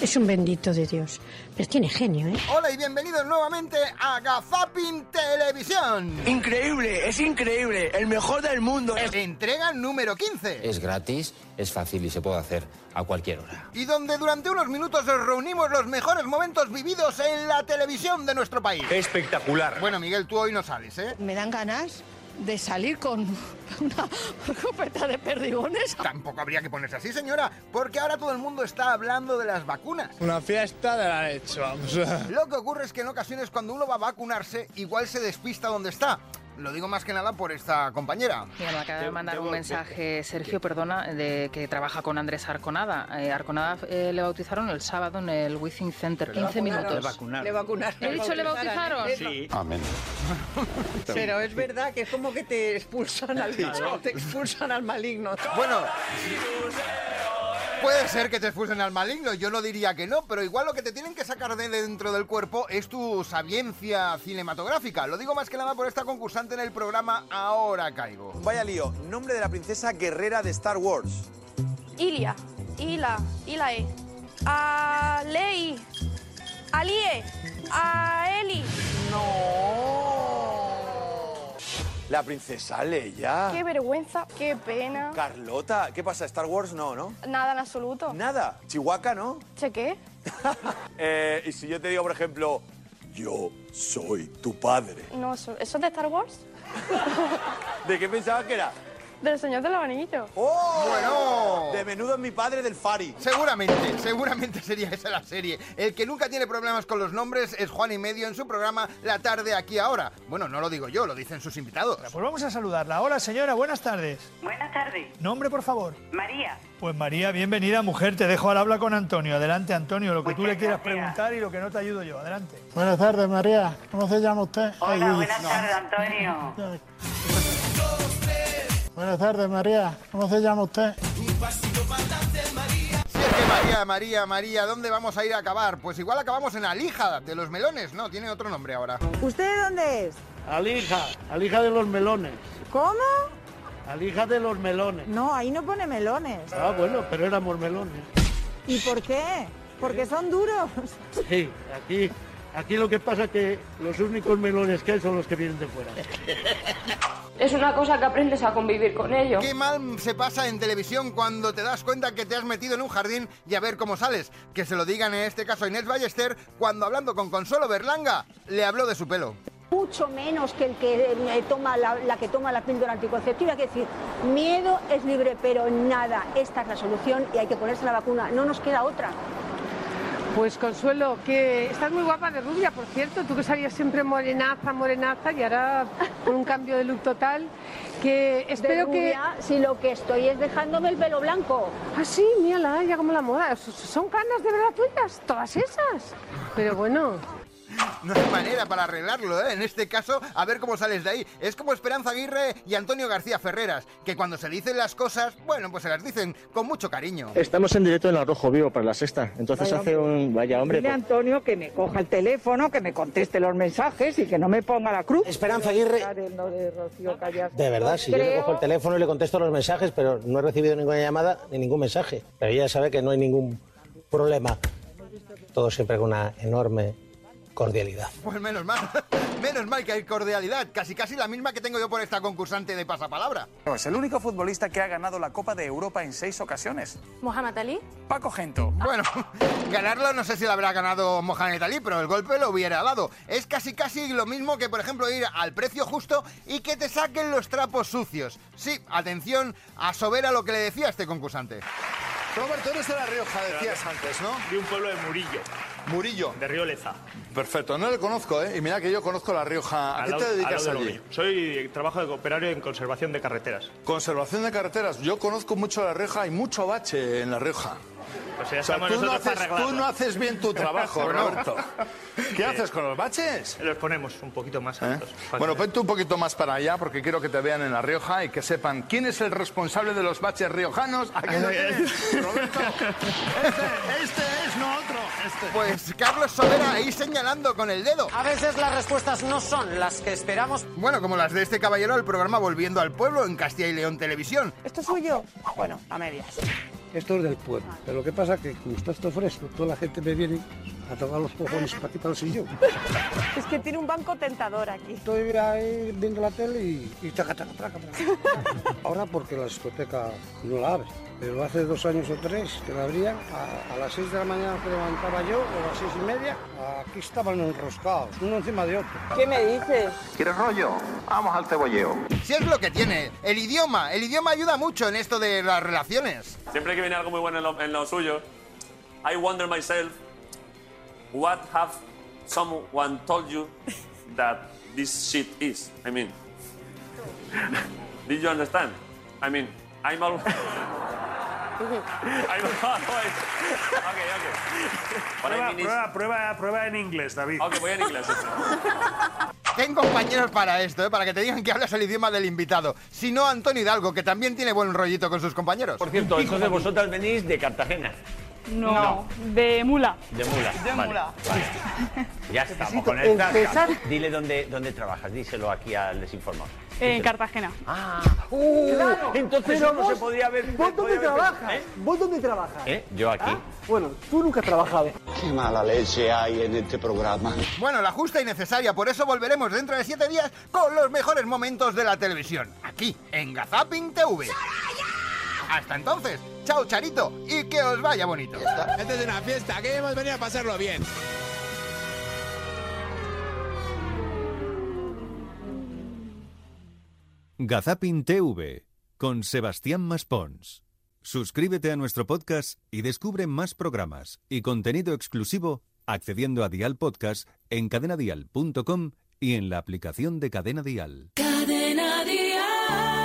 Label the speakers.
Speaker 1: Es un bendito de Dios. Pero tiene genio, ¿eh?
Speaker 2: Hola y bienvenidos nuevamente a Gazapin Televisión.
Speaker 3: Increíble, es increíble, el mejor del mundo.
Speaker 2: Entrega número 15.
Speaker 4: Es gratis, es fácil y se puede hacer a cualquier hora.
Speaker 2: Y donde durante unos minutos os reunimos los mejores momentos vividos en la televisión de nuestro país.
Speaker 5: Espectacular.
Speaker 2: Bueno, Miguel, tú hoy no sales, ¿eh?
Speaker 6: me dan ganas de salir con una copeta de perdigones.
Speaker 2: Tampoco habría que ponerse así, señora, porque ahora todo el mundo está hablando de las vacunas.
Speaker 7: Una fiesta de la leche, vamos.
Speaker 2: Lo que ocurre es que en ocasiones cuando uno va a vacunarse, igual se despista donde está. Lo digo más que nada por esta compañera.
Speaker 8: Mira, me acaba de mandar un mensaje, Sergio, perdona, de que trabaja con Andrés Arconada. Eh, Arconada eh, le bautizaron el sábado en el Within Center, 15 minutos.
Speaker 5: vacunar.
Speaker 9: Le vacunaron.
Speaker 8: ¿He dicho le bautizaron?
Speaker 5: Sí.
Speaker 9: Pero es verdad que es como que te expulsan al bicho, te expulsan al maligno.
Speaker 2: Bueno, puede ser que te expulsen al maligno, yo no diría que no, pero igual lo que te tienen que sacar de dentro del cuerpo es tu sabiencia cinematográfica. Lo digo más que nada por esta concursante en el programa Ahora Caigo.
Speaker 10: Vaya lío, nombre de la princesa guerrera de Star Wars.
Speaker 11: Ilia, Ila, E. Ilae, Alei, Alie, Aeli.
Speaker 10: La princesa Leia.
Speaker 11: Qué vergüenza, qué pena.
Speaker 10: Carlota, ¿qué pasa? ¿Star Wars no, no?
Speaker 11: Nada en absoluto.
Speaker 10: Nada. Chihuahua, ¿no?
Speaker 11: ¿Chequé?
Speaker 10: Eh, y si yo te digo, por ejemplo, yo soy tu padre.
Speaker 11: No, eso, ¿eso es de Star Wars?
Speaker 10: ¿De qué pensabas que era?
Speaker 11: Del Señor de los Anillos.
Speaker 10: ¡Oh!
Speaker 2: Bueno.
Speaker 10: De menudo es mi padre del Fari.
Speaker 2: Seguramente, seguramente sería esa la serie. El que nunca tiene problemas con los nombres es Juan y Medio en su programa La Tarde Aquí Ahora. Bueno, no lo digo yo, lo dicen sus invitados.
Speaker 7: Pues vamos a saludarla. Hola, señora, buenas tardes.
Speaker 12: Buenas tardes,
Speaker 7: Nombre, por favor.
Speaker 12: María.
Speaker 7: Pues María, bienvenida, mujer. Te dejo al habla con Antonio. Adelante, Antonio, lo que tú
Speaker 12: Muchas
Speaker 7: le quieras
Speaker 12: gracias.
Speaker 7: preguntar y lo que no te ayudo yo. Adelante.
Speaker 13: Buenas tardes, María. ¿Cómo se llama usted?
Speaker 12: Hola,
Speaker 13: Ay,
Speaker 12: buenas tardes, Antonio.
Speaker 13: Buenas tardes, María. ¿Cómo se llama usted?
Speaker 2: Si es que María, María, María, ¿dónde vamos a ir a acabar? Pues igual acabamos en Alija de los Melones, ¿no? Tiene otro nombre ahora.
Speaker 9: ¿Usted de dónde es?
Speaker 7: Alija, alija de los melones.
Speaker 9: ¿Cómo?
Speaker 7: Alija de los melones.
Speaker 9: No, ahí no pone melones.
Speaker 7: Ah, bueno, pero éramos melones.
Speaker 9: ¿Y por qué? Porque son duros.
Speaker 7: Sí, aquí, aquí lo que pasa es que los únicos melones que hay son los que vienen de fuera.
Speaker 11: Es una cosa que aprendes a convivir con ellos.
Speaker 2: Qué mal se pasa en televisión cuando te das cuenta que te has metido en un jardín y a ver cómo sales. Que se lo digan en este caso a Inés Ballester cuando hablando con Consuelo Berlanga le habló de su pelo.
Speaker 6: Mucho menos que el que eh, toma la, la que toma la píldora anticonceptiva. que decir, miedo es libre, pero nada. Esta es la solución y hay que ponerse la vacuna. No nos queda otra.
Speaker 9: Pues Consuelo, que estás muy guapa de rubia, por cierto. Tú que salías siempre morenaza, morenaza y ahora con un cambio de look total. Que espero que.
Speaker 6: si lo que estoy es dejándome el pelo blanco.
Speaker 9: Ah, sí, mírala, ya como la moda. Son canas de verdad tuyas, todas esas. Pero bueno.
Speaker 2: No hay manera para arreglarlo, ¿eh? En este caso, a ver cómo sales de ahí. Es como Esperanza Aguirre y Antonio García Ferreras, que cuando se dicen las cosas, bueno, pues se las dicen con mucho cariño.
Speaker 5: Estamos en directo en Arrojo Vivo para la sexta. Entonces hace un. Vaya hombre. pues.
Speaker 9: Dile a Antonio que me coja el teléfono, que me conteste los mensajes y que no me ponga la cruz.
Speaker 4: Esperanza Aguirre. De verdad, si yo le cojo el teléfono y le contesto los mensajes, pero no he recibido ninguna llamada ni ningún mensaje. Pero ella sabe que no hay ningún problema. Todo siempre con una enorme cordialidad.
Speaker 2: Pues menos mal, menos mal que hay cordialidad, casi casi la misma que tengo yo por esta concursante de pasapalabra.
Speaker 10: No, es el único futbolista que ha ganado la Copa de Europa en seis ocasiones.
Speaker 11: Mohamed Ali.
Speaker 10: Paco Gento.
Speaker 2: Bueno, ganarlo no sé si lo habrá ganado Mohamed Ali, pero el golpe lo hubiera dado. Es casi casi lo mismo que, por ejemplo, ir al precio justo y que te saquen los trapos sucios. Sí, atención a Sobera lo que le decía a este concursante. Robert, tú eres de La Rioja, decías antes, ¿no?
Speaker 5: De un pueblo de Murillo,
Speaker 2: Murillo.
Speaker 5: de Río Leza.
Speaker 2: Perfecto, no le conozco, ¿eh? Y mira que yo conozco La Rioja.
Speaker 5: al
Speaker 2: ¿A qué
Speaker 5: lado-
Speaker 2: te
Speaker 5: al lado
Speaker 2: dedicas
Speaker 5: de
Speaker 2: allí?
Speaker 5: Logroño. Soy trabajo de operario en conservación de carreteras.
Speaker 2: Conservación de carreteras. Yo conozco mucho La Rioja, hay mucho bache en La Rioja.
Speaker 5: Pues ya
Speaker 2: O sea,
Speaker 5: estamos
Speaker 2: tú, no
Speaker 5: nosotros para
Speaker 2: haces,
Speaker 5: arreglarlo.
Speaker 2: tú no haces bien tu trabajo,
Speaker 5: Bueno.
Speaker 2: Roberto. ¿Qué haces con los baches?
Speaker 5: Eh, Los ponemos un poquito más
Speaker 2: ¿Eh?
Speaker 5: altos. para
Speaker 2: Bueno,
Speaker 5: que-
Speaker 2: vente un poquito más para allá porque quiero que te vean en La Rioja y que sepan quién es el responsable
Speaker 5: Ah,
Speaker 2: de los baches riojanos. ¿A qué lo tienes, Roberto? Este, este es, no otro. Pues Carlos Solera ahí señalando con el dedo. A veces las respuestas no son las que esperamos. Bueno, como las de este caballero al programa Volviendo al Pueblo en Castilla y León Televisión.
Speaker 14: ¿Esto es suyo? Bueno, a medias.
Speaker 15: Esto es del pueblo, pero lo que pasa es que como está esto fresco, toda la gente me viene a tomar los cojones para aquí para el sillón.
Speaker 14: Es que tiene un banco tentador aquí.
Speaker 15: Estoy ahí viendo la tele y, y taca, taca, taca, taca. Ahora porque la discoteca no la abre, pero hace dos años o tres que la abrían, a, a las seis de la mañana que levantaba yo, o a las seis y media, aquí estaban enroscados, uno encima de otro.
Speaker 14: ¿Qué me dices?
Speaker 16: ¿Quieres rollo? Vamos al cebolleo.
Speaker 2: Si es lo que tiene, el idioma, el idioma ayuda mucho en esto de las relaciones.
Speaker 10: Siempre que viene algo muy bueno en lo, en lo suyo, I wonder myself, what have someone told you that this shit is? I mean, did you understand? I mean, I'm always... I'm always... Okay, okay. What I
Speaker 17: Prueba,
Speaker 10: mean is-
Speaker 17: prueba, prueba, prueba en inglés, David.
Speaker 10: Ok, voy en inglés.
Speaker 2: Ten compañeros para esto, ¿eh? para que te digan que hablas el idioma del invitado. Si no, Antonio Hidalgo, que también tiene buen rollito con sus compañeros. Por
Speaker 18: cierto, entonces vosotras venís de Cartagena,
Speaker 19: No, de mula.
Speaker 18: de Mula.
Speaker 19: De
Speaker 18: Vale,
Speaker 19: mula.
Speaker 18: vale. Ya estamos con el zasca. Dile dónde, dónde trabajas, díselo aquí al desinformador.
Speaker 19: En Cartagena.
Speaker 18: Ah,
Speaker 20: Entonces
Speaker 18: eso no se podría ver.
Speaker 20: ¿Vos dónde
Speaker 18: podía haber-
Speaker 20: trabajas?
Speaker 18: ¿Eh?
Speaker 20: ¿Vos dónde trabajas? ¿Ah?
Speaker 18: ¿Eh? Yo aquí.
Speaker 20: Bueno, tú nunca has trabajado.
Speaker 2: Qué mala leche hay en este programa. Bueno, la justa y necesaria, por eso volveremos dentro de siete días con los mejores momentos de la televisión. Aquí, en Gazaping TV. Hasta entonces, chao Charito y que os vaya bonito.
Speaker 21: Esta es una fiesta, que hemos venido a pasarlo bien.
Speaker 22: Gazapin TV con Sebastián Maspons. Suscríbete a nuestro podcast y descubre más programas y contenido exclusivo accediendo a Dial Podcast en cadenadial.com y en la aplicación de Cadena Dial.
Speaker 23: Cadena Dial.